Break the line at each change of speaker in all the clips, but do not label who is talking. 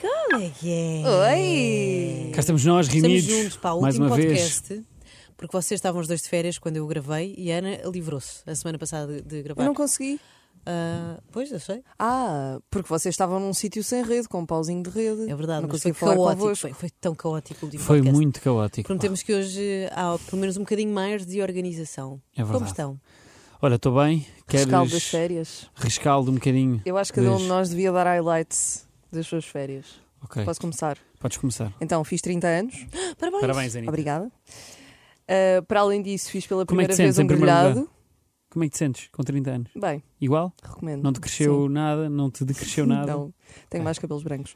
Como é que é?
Oi!
Cá estamos nós, reunidos.
Estamos juntos para o
mais
último
uma vez.
podcast. Porque vocês estavam os dois de férias quando eu gravei e a Ana livrou-se a semana passada de, de gravar.
Eu não consegui.
Ah, pois, eu sei.
Ah, porque vocês estavam num sítio sem rede, com um pauzinho de rede.
É verdade,
Não
mas
consegui
foi
falar
caótico.
convosco.
Foi, foi tão caótico o último
Foi
podcast.
muito caótico.
Prometemos que hoje há pelo menos um bocadinho mais de organização.
É verdade.
Como estão?
Olha, estou bem. Queres
Fiscal Um das férias.
rescaldo um bocadinho?
Eu acho que cada um de
Diz.
nós devia dar highlights das suas férias.
Ok,
Posso começar?
podes começar.
Então, fiz 30 anos.
Ah, Parabéns!
Parabéns, Anitta.
Obrigada. Uh, para além disso, fiz pela
Como é que
primeira
te
vez
sentes,
um
em primeiro
grelhado.
Como é que te sentes com 30 anos?
Bem,
Igual?
recomendo.
Não te cresceu nada? Não te decresceu nada?
Não, Então, tenho mais cabelos brancos.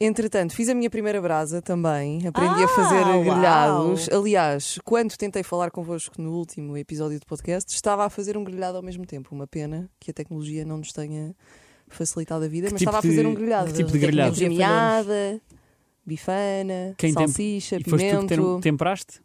Entretanto, fiz a minha primeira brasa também, aprendi a fazer
Ah,
grelhados. Aliás, quando tentei falar convosco no último episódio do podcast, estava a fazer um grelhado ao mesmo tempo. Uma pena que a tecnologia não nos tenha facilitado a vida,
Que
mas
tipo
estava
de-
a fazer um grelhado.
que tipo de
Tinha
grelhado?
Entremeada, bifana,
Quem tem-
salsicha,
E foste tu que um-
pimento.
tem- temperaste?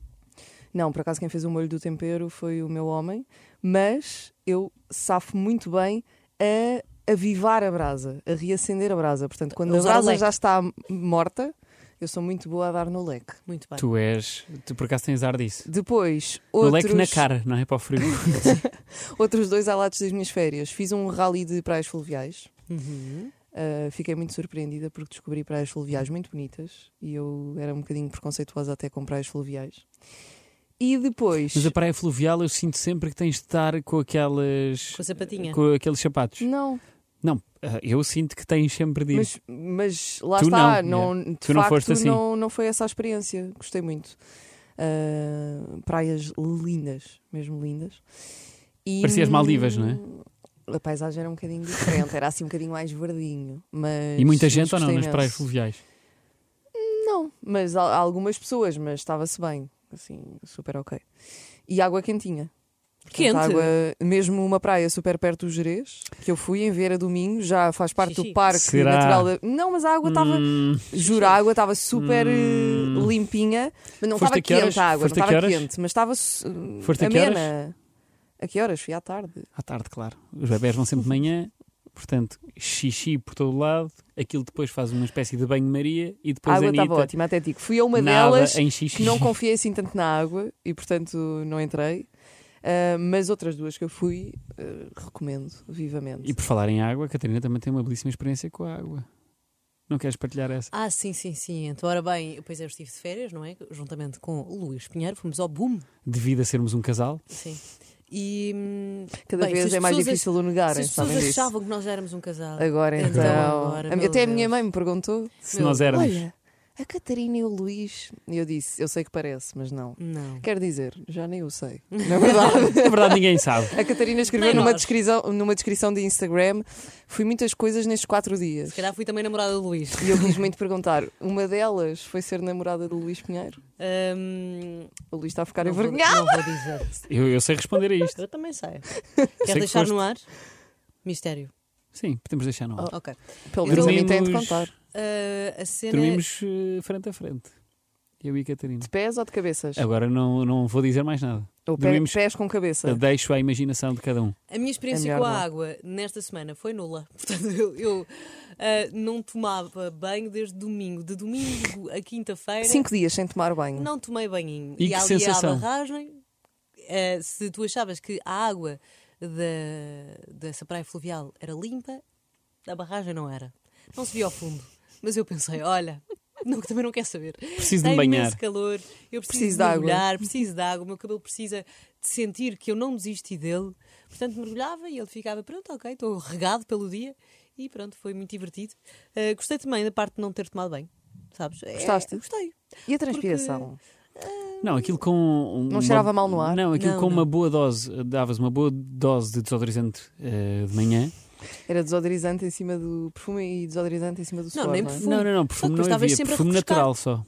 Não, por acaso quem fez o molho do tempero foi o meu homem, mas eu safo muito bem a avivar a brasa, a reacender a brasa. Portanto, quando a
Usar o
brasa
leque.
já está morta, eu sou muito boa a dar no leque.
Muito bem.
Tu és. Tu por acaso tens ar disso?
Depois,
No
outros,
leque na cara, não é? Para o frio.
outros dois alatos das minhas férias. Fiz um rally de praias fluviais.
Uhum.
Ah, fiquei muito surpreendida porque descobri praias fluviais muito bonitas e eu era um bocadinho preconceituosa até com praias fluviais. E depois.
Mas a praia fluvial eu sinto sempre que tens de estar com aquelas.
Com a sapatinha.
Com aqueles sapatos.
Não,
Ah, Eu sinto que tens sempre de ir.
Mas, mas lá
Tu
está,
não,
não, de
Tu
facto,
não foste assim.
Não, não foi essa a experiência. Gostei muito. Ah, praias lindas, mesmo lindas. E,
Parecias Maldivas, não
é? A paisagem era um bocadinho diferente, era assim um bocadinho mais verdinho. Mas,
E muita
mas
gente ou não
gostei
nas
imenso.
praias fluviais?
Não, mas há há algumas pessoas, mas estava-se bem, assim, super ok. E água quentinha. Portanto,
Quente?
água, mesmo uma praia super perto do Jerez, que eu fui em Vera Domingo, já faz parte
Xixi.
do parque
Será?
natural. Da... Não, mas a água estava
Hum.
Juro, a água estava super eh,
Hum.
limpinha, mas não
Foste a
estava
que horas?
quente a água,
Foste a
não
que
estava
horas?
quente, mas estava eh,
Foste a que horas?
amena. A que horas? Fui à tarde.
À tarde, claro. Os bebés vão sempre de manhã, portanto, xixi por todo lado, aquilo depois faz uma espécie de banho-maria e
A
depois
água
a
estava
Anitta,
ótima, até digo. Fui a uma
nada
delas
em xixi.
que não confiei assim tanto na água e portanto não entrei. Ah, mas outras duas que eu fui, eh, recomendo vivamente.
E por falar em água, a Catarina também tem uma belíssima experiência com a água. Não queres partilhar essa?
Ah, sim, sim, sim. Então, ora bem, pois eu estive de férias, não é? Juntamente com o Luís Pinheiro, fomos ao boom.
Devido a sermos um casal,
Sim. E hum,
Cada
bem, se
vez
as
é mais
pessoas
difícil o
ach- Se
negarem,
as pessoas
sabem disso.
achavam que nós já éramos um casal.
Agora
Então,
então.
agora,
a-
meu
até a minha
Deus.
mãe me perguntou:
se
Meu,
nós é- éramos.
Olha, a Catarina e o Luís. E eu disse: Eu sei que parece, mas não.
Não.
Quer dizer, já nem eu sei. Na verdade,
Na verdade, ninguém sabe.
a Catarina escreveu
Nem
numa
nós.
descrição, numa descrição de Instagram: fui muitas coisas nestes quatro dias.
Se calhar fui também namorada do Luís.
E eu quis muito perguntar: uma delas foi ser namorada do Luís Pinheiro?
Hum,
O Luís está a ficar
não vou-
envergonhado.
Não vou dizer.
Eu, eu sei responder a isto.
Eu também sei.
que
Quer deixar
foste.
no ar? Mistério.
Sim, podemos deixar no ar.
Oh,
Ok.
Pelo menos a mim tem de
Dormimos-
contar.
Ah, a cena.
Dormimos eh, frente a frente. Eu e a Catarina.
De pés ou de cabeças?
Agora não, não vou dizer mais nada.
Ou pé-
É, dormimos-
pés com cabeça?
Deixo à imaginação de cada um.
A minha experiência
É
com
melhor
a
não.
água nesta semana foi nula. Portanto, eu, eu, ah, não tomava banho desde domingo. De domingo a
É.
quinta-feira.
Cinco dias sem tomar banho.
Não tomei banhinho.
E que
ali
sensação?
à barragem, eh, se tu achavas que a água da, dessa praia fluvial era limpa, a barragem não era. Não se via ao fundo. Mas eu pensei, olha, não, também não quero saber.
Preciso de
Há
me banhar.
imenso calor, eu preciso,
Preciso
de
de água.
mergulhar, preciso de água, o meu cabelo precisa de sentir que eu não desisti dele. Portanto, mergulhava e ele ficava, pronto, ok, estou regado pelo dia. E pronto, foi muito divertido. Eh, gostei também da parte de não ter tomado bem, sabes? É,
Gostaste?
gostei.
E a transpiração?
Não, aquilo com. um-
Não
uma-
cheirava mal no ar?
Não, aquilo
Não,
com
não.
uma boa dose. eh, Davas uma boa dose de desodorizante eh, de manhã.
Era desodorizante em cima do perfume e desodorizante em cima do suor.
nem
é?
perfume.
Não, não, não. Perfume
Só que
não
estavas
havia.
sempre a
Perfume natural só.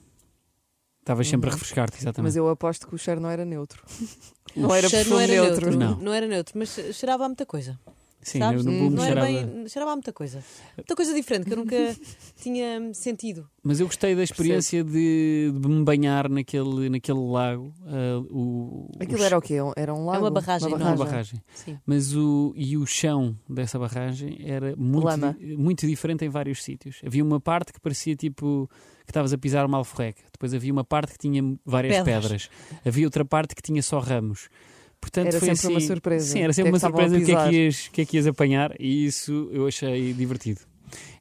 Estavas sempre a refrescar-te,
Mas
exatamente.
eu aposto que o cheiro não era neutro.
O
não era
cheiro
perfume neutro.
Não.
Não. era neutro, mas cheirava a muita coisa.
Sim,
sabes?
eu não vou
Hum.
me
Não
cheirava.
era bem. Cheirava a muita coisa. Muita coisa diferente que eu nunca tinha sentido.
Mas eu gostei da experiência de, de me banhar naquele, naquele lago. ah, o,
Aquilo
o
era o quê? Era um lago?
É barragem,
Não,
não
uma
Barragem.
barragem.
Sim.
Mas o, e o chão dessa barragem era muito,
Lama.
di- muito diferente em vários sítios. Havia uma parte que parecia tipo que estavas a pisar uma alforreca. Depois havia uma parte que tinha várias
Pedras.
pedras. Havia outra parte que tinha só ramos. Portanto,
Era
foi
sempre uma
assim-
surpresa.
Sim,
O
era
que é
sempre uma
que estavam a
surpresa do que é
pisar?
que, ias, o que é que ias apanhar e isso eu achei divertido.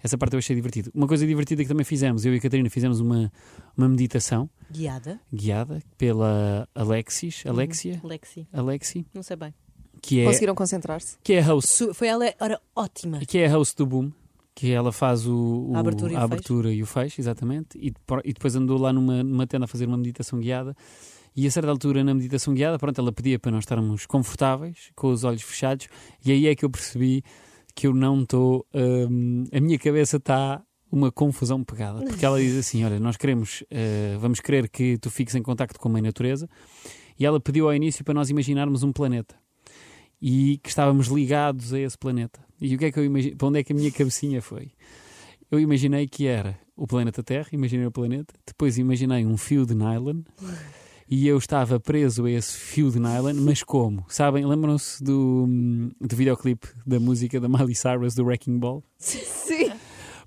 Essa parte eu achei divertido. Uma coisa divertida que também fizemos, eu e a Catarina fizemos uma, uma meditação
Guiada.
guiada pela Alexis, Alexia,
Lexi.
Alexi,
Não sei bem.
que é,
Uhum. Conseguiram concentrar-se?
que é a host
Su- Foi ela, era ótima. Ah,
que é a host do Boom, que ela faz o, o-
A abertura e o fecho.
abertura e o fecho, exatamente, e, depor- e depois andou lá numa, numa tenda a fazer uma meditação guiada. E a certa altura, na meditação guiada, pronto, ela pedia para nós estarmos confortáveis, com os olhos fechados, e aí é que eu percebi que eu não estou. hum, a minha cabeça está uma confusão pegada, porque ela diz assim: Olha, nós queremos, eh, vamos querer que tu fiques em contacto com a mãe natureza, e ela pediu ao início para nós imaginarmos um planeta e que estávamos ligados a esse planeta. E o que é que eu imagi- Para onde é que a minha cabecinha foi? Eu imaginei que era o planeta Terra, imaginei o planeta, depois imaginei um fio de nylon e eu estava preso a esse fio de nylon, mas como? Sabem, lembram-se do, hum, do videoclipe da música da Miley Cyrus do Wrecking Ball?
Sim.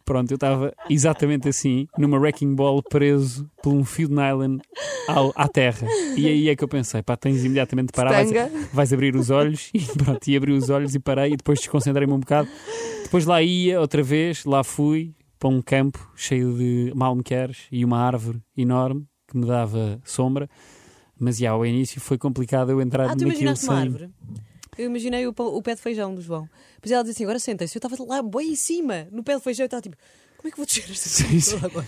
Pronto, eu estava exatamente assim, numa wrecking ball, preso por um fio de nylon ao- à terra. E aí é que eu pensei, pá, tens imediatamente de parar, vais,
Tanga.
vais abrir os olhos e pronto, e abri os olhos e parei e depois desconcentrei-me um bocado. Depois lá ia outra vez, lá fui para um campo cheio de malmequeres e uma árvore enorme que me dava sombra. Mas já ao início foi complicado eu entrar
Ah, tu
naquilo
imaginaste
sem...
uma árvore? Eu imaginei o, pão- o pé de feijão do João. Mas ela disse assim: agora sentem-se. Eu estava lá, bem em cima, no pé de feijão. Eu estava tipo: como é que eu vou descer esta
Sim,
coisa
sim.
agora?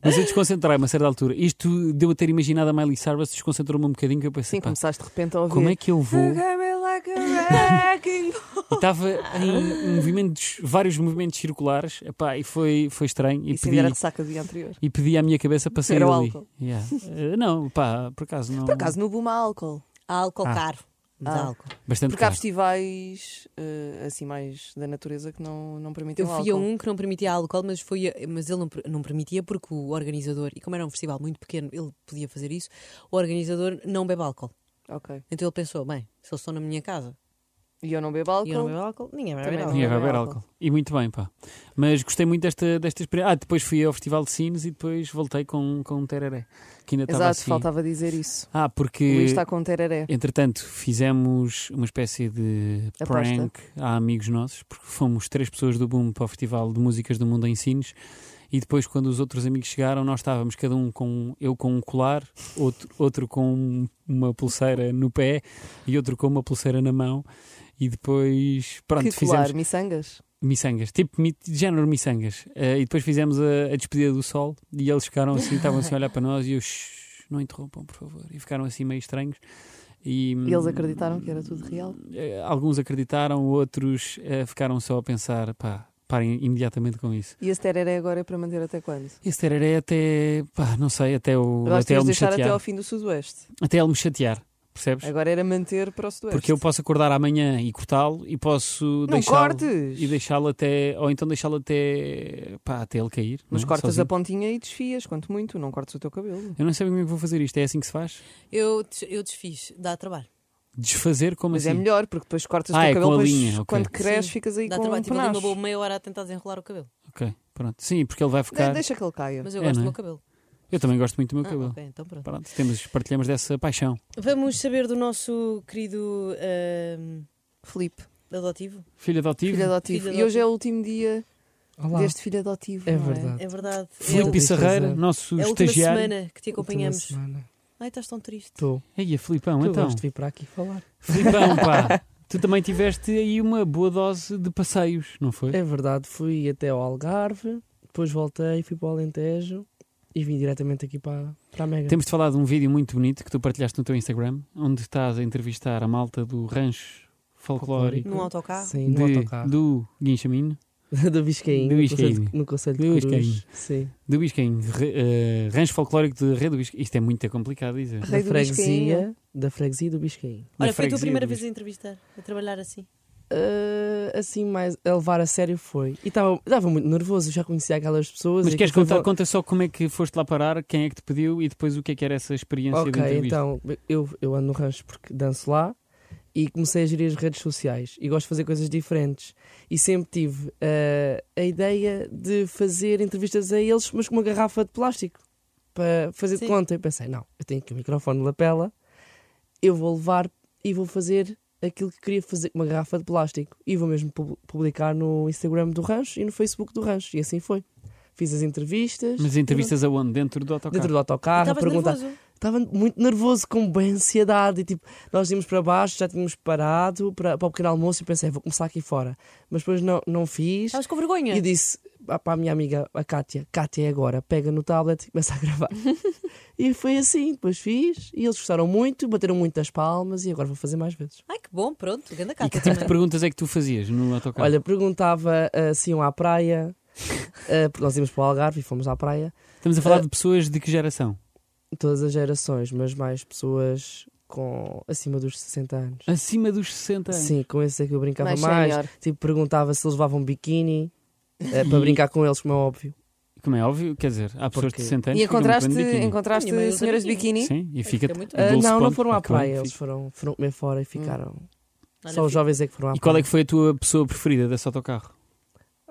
Mas eu desconcentrei-me a certa altura. Isto deu a ter imaginado a Miley Cyrus, desconcentrou-me um bocadinho que eu pensei,
Sim,
pá,
começaste de repente a ouvir.
como é que eu vou...
Coming like a wrecking ball.
E estava em movimentos, vários movimentos circulares epá, e foi, foi estranho. E
Isso
pedi,
ainda era de saca do dia anterior.
e pedi à minha cabeça para sair
Era o
ali.
álcool.
Yeah. Eh, não, pá, por acaso não.
Por acaso, no Buma há álcool.
Há álcool
Ah.
caro. Mas há
Ah.
álcool.
Bastante
Porque há
caro.
festivais eh, assim mais da natureza que não, não permitem
Eu fui a
álcool.
um que não permitia álcool, mas, foi a- mas ele não, per- não permitia porque o organizador, e como era um festival muito pequeno, ele podia fazer isso, o organizador não bebe álcool.
Ok.
Então ele pensou, bem, se eles estão na minha casa
E eu não bebo álcool.
e eu não bebo álcool, ninguém vai beber
Também
álcool.
Tinha
não é?
a beber
era
álcool. E muito bem, pá. Mas gostei muito desta, desta experiência. Ah, depois fui ao Festival de Sines e depois voltei com, com um tereré. Que ainda estava
Exato,
assim.
faltava dizer isso.
Ah,
O Luís
porque.
está com um tereré.
Entretanto, fizemos uma espécie de
É. Aposta.
prank a amigos nossos, porque fomos três pessoas do Boom para o Festival de Músicas do Mundo em Sines. E depois, quando os outros amigos chegaram, nós estávamos cada um com eu com um colar, outro, outro com uma pulseira no pé e outro com uma pulseira na mão. E depois, pronto,
Que
fizemos
colar, miçangas.
miçangas, tipo mi- de género miçangas. Eh, e depois fizemos a, a despedida do sol e eles ficaram assim, estavam assim a olhar para nós e eu, "Shh, não interrompam, por favor. E ficaram assim meio estranhos. E,
E eles acreditaram que era tudo real.
Eh, alguns acreditaram, outros eh, ficaram só a pensar, pá, parem imediatamente com isso.
E esse tereré agora é para manter até quando?
Esse tereré até, pá, não sei, até o
Eu acho que
até ele
devíamos
me
deixar
chatear.
até ao fim do Sudoeste.
Até ele me chatear, percebes?
Agora era manter para o Sudoeste.
Porque eu posso acordar amanhã e cortá-lo e posso
Não
deixá-lo
cortes!
e deixá-lo até, ou então deixá-lo até, pá, até ele cair.
Mas
não é?
cortas
Sozinho.
a pontinha e desfias, quanto muito, não cortes o teu cabelo.
Eu não sei como é que vou fazer isto, é assim que se faz?
Eu, des- eu desfiz, dá trabalho.
Desfazer como
Mas é
assim?
melhor, porque depois cortas
Ah,
o
é
teu
com
cabelo,
a
depois
linha, ok.
quando cresces
Sim,
ficas aí
Dá
com um
trabalho. Tive ali uma boa
penacho.
meia hora a tentar desenrolar o cabelo.
Ok, pronto. Sim, porque ele vai
De,
ficar.
deixa que ele caia.
Mas eu
É,
gosto do
não é?
meu cabelo.
Eu também gosto muito do meu
Ah,
cabelo.
ok, então pronto.
Pronto, temos, partilhamos dessa paixão.
Vamos saber do nosso querido ahm,
Filipe,
adotivo.
Filho adotivo.
filho adotivo.
Filho
E hoje é o último dia
Olá.
deste filho adotivo.
É
não
verdade.
É verdade.
Filipe
Ele-
Pissarreira,
Pois é.
nosso
é, o- é a última
estagiário.
semana que te acompanhamos.
Última semana.
Ai, estás tão triste.
Estou.
Ei, Filipão,
Eu
então.
gosto de vir para aqui falar.
Filipão, pá, tu também tiveste aí uma boa dose de passeios, não foi?
É verdade, fui até ao Algarve, depois voltei, fui para o Alentejo e vim diretamente aqui para, para a Mega.
Temos de falar de um vídeo muito bonito que tu partilhaste no teu Instagram, onde estás a entrevistar a malta do rancho folclórico
Num autocarro.
Sim, no
de,
autocarro.
do Guinchamin,
Ah. Do Biscaíno.
Do
no Conselho de-
Biscaíno.
No Conselho
Do
de Cruz.
Biscaíno.
Sim.
do Biscaim, eh, rancho folclórico de Rede do Biscaim. Isto é muito complicado dizer.
Rei
Da
do Biscaíno.
freguesia, da freguesia do Biscaíno.
Olha, foi a
Da
tua
freguesia
primeira
do
vez a entrevistar, a trabalhar assim.
ah, assim mais a levar a sério foi. E estava estava muito nervoso, eu já conhecia aquelas pessoas.
Mas
e
queres
aquilo
contar?
foi-
Conta só como é que foste lá parar, quem é que te pediu e depois o que é que era essa experiência de
Ok,
entrevista.
então eu, eu ando no rancho porque danço lá e comecei a gerir as redes sociais e gosto de fazer coisas diferentes. E sempre tive ah, a ideia de fazer entrevistas a eles, mas com uma garrafa de plástico para fazer
Sim.
de conta. E pensei, não, eu tenho aqui o microfone de lapela, eu vou levar e vou fazer aquilo que queria fazer com uma garrafa de plástico e vou mesmo pub- publicar no Instagram do rancho e no Facebook do rancho. E assim foi. Fiz as entrevistas.
Mas entrevistas aonde? Dentro do autocarro?
Dentro do
Ah,
autocarro, a
Estavas
perguntar
nervoso.
Estava muito nervoso, com bem ansiedade. E tipo, nós íamos para baixo, já tínhamos parado para, para o pequeno almoço e pensei, vou começar aqui fora. Mas depois não, não fiz.
Estavas com vergonha.
E disse à- para a minha amiga, a Kátia, Kátia é agora, pega no tablet e começa a gravar. e foi assim, depois fiz. E eles gostaram muito, bateram muito as palmas e agora vou fazer mais vezes.
Ai, que bom, pronto. Ganda
E
cata
que tipo de
também.
perguntas é que tu fazias no autocarro?
Olha, perguntava ah, se iam à praia, ah, porque nós íamos para o Algarve e fomos à praia.
Estamos a falar
eh,
de pessoas de que geração?
Todas as gerações, mas mais pessoas com acima dos 60 anos.
Acima dos 60 anos.
Sim, com esse é que eu brincava
Mais
mais.
sénior.
Tipo, perguntava se eles levavam um biquíni eh, para
E-
brincar com eles, como é óbvio.
Como é óbvio, quer dizer, há pessoas
Porque-
de 60 anos
E
que ficam muito
encontraste,
bem de biquíni.
encontraste
Minha mãe usa
senhoras de biquíni?
Sim, e
Ai,
fica.
fica muito
Eh,
dulce
não, não
ponto,
foram à
ah, claro,
praia,
fica.
eles foram, foram comer fora e ficaram.
Hum. Olha,
Só os
fica-
jovens é que foram
E
à praia.
qual é que foi a tua pessoa preferida desse autocarro?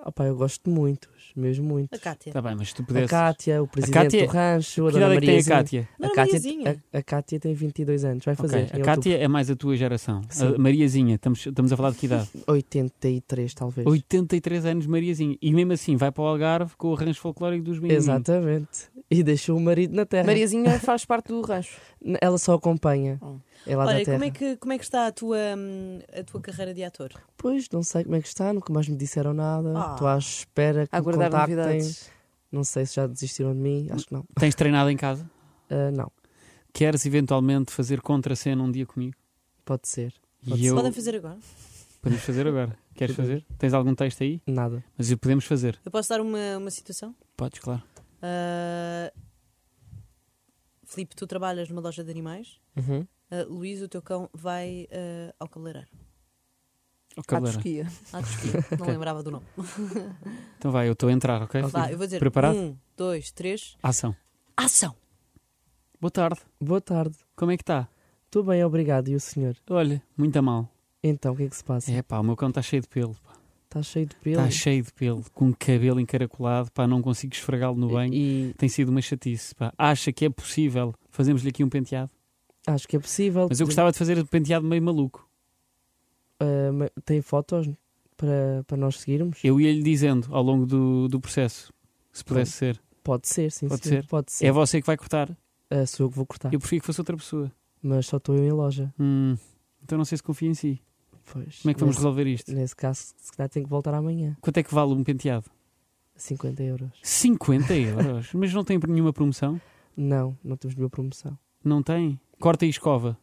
Ah pá, eu gosto de muitos, mesmo muitos.
A Cátia.
Está Tá bem, mas se tu
A
pudesses.
Cátia, o presidente
Cátia-
do rancho, a
Que
Dona
idade é que tem a
Mariazinha.
Cátia?
Dona
a Cátia,
Mariazinha.
a- a Cátia tem 22 anos, vai
Ok,
fazer. em
A
outubro.
Cátia é mais a tua geração.
Sim.
A Mariazinha, estamos, estamos a falar de que idade?
83, talvez.
83 anos, Mariazinha. E mesmo assim, vai para o Algarve com o arranjo folclórico dos meninos.
Exatamente. E deixou o marido na terra.
Mariazinha faz parte do rancho.
Ela só acompanha.
Oh.
É lá da
Olha,
terra.
como é, que, como é que está a tua, hum, a tua carreira de ator?
Pois, não sei como é que está, nunca mais me disseram nada.
Ah.
Estou à espera que
A
me
aguardar
contactem.
novidades.
Não sei se já desistiram de mim, acho que não.
Tens treinado em casa?
Ah, não,
Queres eventualmente fazer contracena um dia comigo?
pode ser. Pode
E
ser.
Se
eu.
podem fazer agora?
Podemos fazer agora. Queres fazer? Tens algum texto aí?
Nada.
Mas o podemos fazer.
Eu posso dar uma, uma situação?
Podes, claro.
Ah, Filipe, tu trabalhas numa loja de animais.
Uhum.
Ah, Luís, o teu cão vai ah, ao cabeleireiro.
Ó,
À
Cabeleira.
Tosquia.
Ah, desculpa, não
Ok.
lembrava do nome.
Então vai, eu estou a entrar, ok?
Vá, eu vou dizer.
Preparado?
Um, dois, três.
Ação.
Ação!
Boa tarde.
Boa tarde.
Como é que está?
Estou bem, obrigado. E o senhor?
Olha, muito a mal.
Então, o que é que se passa?
É pá, o meu cão está cheio de pelo.
Está cheio de pelo.
Está cheio de pelo. Com um cabelo encaracolado, pá, não consigo esfregá-lo no banho.
E
Tem sido uma chatice, pá. Acha que é possível fazermos-lhe aqui um penteado?
acho que é possível.
Mas eu gostava de fazer um penteado meio maluco.
Ah, ma- tem fotos para, para nós seguirmos?
Eu ia-lhe dizendo ao longo do, do processo, se pudesse ser.
Pode ser, sim.
Pode
senhor.
ser.
Pode
É
ser.
você que vai cortar.
Ah, sou eu que vou cortar.
Eu prefiro que fosse outra pessoa.
Mas só estou eu em loja.
Hum, então não sei se confio em si.
Pois.
Como é que vamos
nesse,
resolver isto?
nesse caso, se calhar tenho que voltar amanhã.
Quanto é que vale um penteado?
50 euros.
50 euros? Mas não tem nenhuma promoção?
Não, não temos nenhuma promoção.
Não tem? Corta e escova.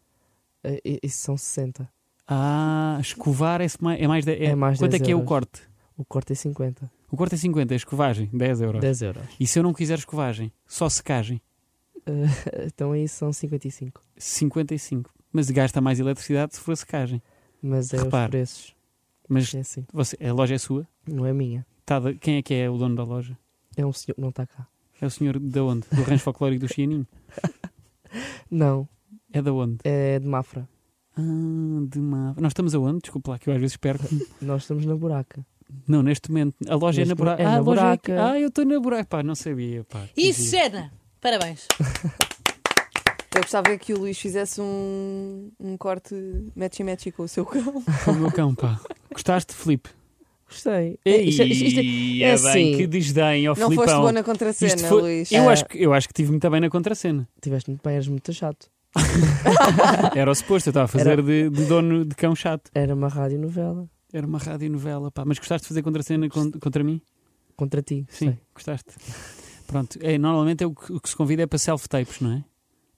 Ah, e- isso são 60.
Ah, escovar é mais, é mais, de, é,
É mais
Quanto é
10
que é o
euros.
corte?
O corte é 50.
O corte é 50, a escovagem, 10 euros.
10 euros.
E se eu não quiser escovagem, só secagem,
Então aí são 55.
55. Mas gasta mais eletricidade se for secagem.
Mas é
Repare.
os preços.
Mas
É assim.
você, a loja é sua?
Não é minha.
Tá de- quem é que é o dono da loja?
É um senhor que não está cá.
É o senhor de onde? Do rancho folclórico do Chianinho?
Não,
É da onde?
é de Mafra.
Ah, de uma... Nós estamos aonde? Desculpa lá, que eu às vezes perco.
Nós estamos na buraca.
Não, neste momento. A loja é
Neste
na buraca.
momento é
ah,
na
a loja é aqui.
buraca.
Ah, eu estou na buraca. Pá, não sabia. Pá, que
Isso,
giro.
Jana! Parabéns.
Eu gostava que o Luís fizesse um, um corte matchy-matchy com o seu cão.
é-
O meu cão, pá. Gostaste, Filipe?
Gostei. É, isto- isto- isto-
Ei,
é
bem,
assim.
que desdém, ó
não
Filipão.
foste boa na
Isto
contracena,
foi-
Luís.
eu,
É.
acho que, eu acho que tive muito bem na contracena.
Tiveste muito bem, eras muito chato.
Era o suposto, eu estava a fazer
Era-
de, de dono de cão chato.
Era uma radionovela.
Era uma radionovela, pá. Mas gostaste de fazer contracena con- contra, mim?
Contra ti.
Sim,
Sei.
gostaste. Pronto, é, normalmente é o, que, o que se convida é para self-tapes, não é?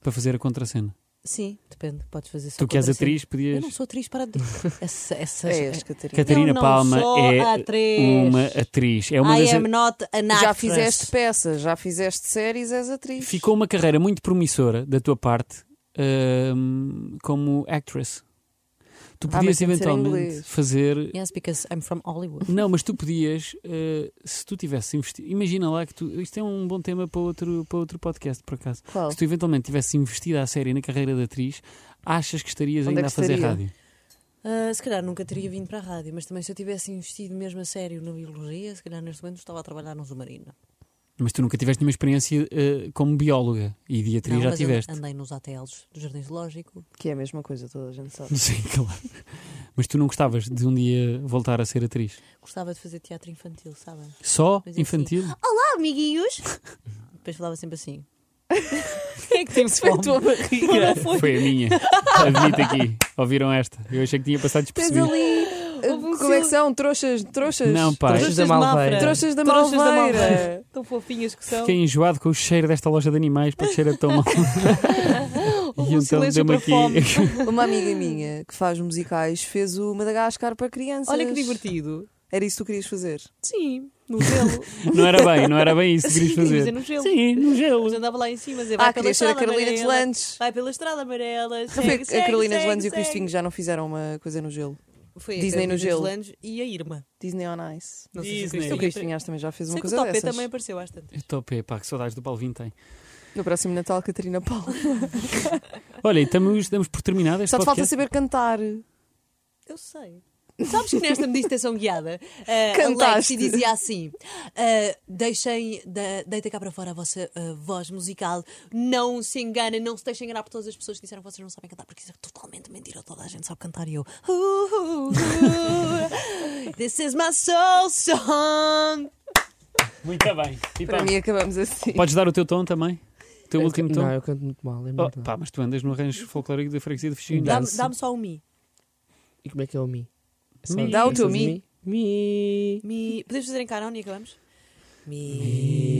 Para fazer a contracena.
Sim, depende. Podes fazer só
tu que és
contracena.
atriz, podias.
Eu não sou atriz, para de. Essa, essa,
é-
És, é, Catarina.
Catarina.
É, Eu não
Palma
sou
é
atriz.
Uma atriz. É uma
I
das-
am not an actress.
Já fizeste peças, já fizeste séries, és atriz.
Ficou uma carreira muito promissora da tua parte hum, como actress. Tu
mas
podias
tem de ser em
eventualmente
inglês.
fazer
Yes, because I'm from Hollywood.
Não, mas tu podias, eh, se tu tivesse investido. Imagina lá que tu. Isto é um bom tema para outro, para outro podcast, por acaso.
Qual?
Se tu eventualmente tivesse investido à série e na carreira de atriz, achas que estarias
Onde é
ainda
que
a fazer
estaria?
rádio?
Ah, se calhar nunca teria vindo para a rádio, mas também se eu tivesse investido mesmo a sério na biologia, se calhar neste momento estava a trabalhar num submarino.
Mas tu nunca tiveste nenhuma experiência eh, como bióloga e de atriz
Não,
já
mas ande-
tiveste.
Andei nos ATLs do Jardim Zoológico.
Que é a mesma coisa, toda a gente sabe.
Sim, claro. Mas tu não gostavas de um dia voltar a ser atriz?
Gostava de fazer teatro infantil, sabem?
Só
Mas é assim.
infantil?
Olá, amiguinhos! Depois falava sempre assim. é que tem
Foi a tua
Ah,
barriga.
foi. a minha. Admito aqui. Ouviram esta? Eu achei que tinha passado
Tens
despercebido.
ali.
Houve um
Como é que
silêncio.
são? Trouxas, trouxas.
Não, pá.
Trouxas da Malveira.
Trouxas da
Trouxas da
Malveira.
Tão fofinhas que são.
Fiquei enjoado com o cheiro desta loja de animais, porque cheira tão então mal.
Houve um silêncio para fome.
Uma amiga minha que faz musicais fez o Madagascar para crianças.
Olha que divertido.
Era isso que tu querias fazer.
Sim, no gelo.
Não era bem, não era bem isso que
Sim,
querias
queria Assim, dizer é
fazer.
no gelo.
Sim, no
Mas
gelo.
andava lá em cima, a dizer, vai
Ah,
pela
querias ser a
estrada
Carolina de
amarela,
Lantes.
Vai pela estrada amarela.
Foi
segue,
a Carolina de
segue,
Landes e o
segue,
Crispinho já não fizeram uma coisa no gelo.
segue. Foi
Disney
a
no
Carolina de
gelo.
Lantes e a Irma.
Disney on Ice.
Não sei se
Disney.
O
o Crispinho.
Crispinho Acho também já fez uma
Sei que o
coisa
Topé
dessas.
também apareceu às tantas.
Topé, pá, que saudades do Palvin tem.
No próximo Natal, Catarina Paulo.
Olha, e estamos, damos por terminado este
Só te falta
podcast.
saber cantar.
Eu sei. Sabes que nesta meditação guiada, uh,
Cantaste.
Alexi dizia assim: ah, deixem, de, deita cá para fora a vossa ah, voz musical, não se enganem, não se deixem enganar por todas as pessoas que disseram que vocês não sabem cantar, porque isso é totalmente mentira. Toda a gente sabe cantar e eu. "Uh, uh, uh, this is my soul song.
Muito bem. E
Para
pá,
mim, acabamos assim.
Podes dar o teu tom também? O teu último
Não,
tom?
eu canto muito mal, é
Oh,
verdade.
pá, mas tu andas no arranjo folclórico da freguesia de Fechinho.
Dá-me
Dança.
dá-me só um mi.
E como é que é o Mi? É só-
Mi.
Dá o
é
teu
só de
Mi.
Mi.
mi. Podemos fazer em carão e acabamos? Mi.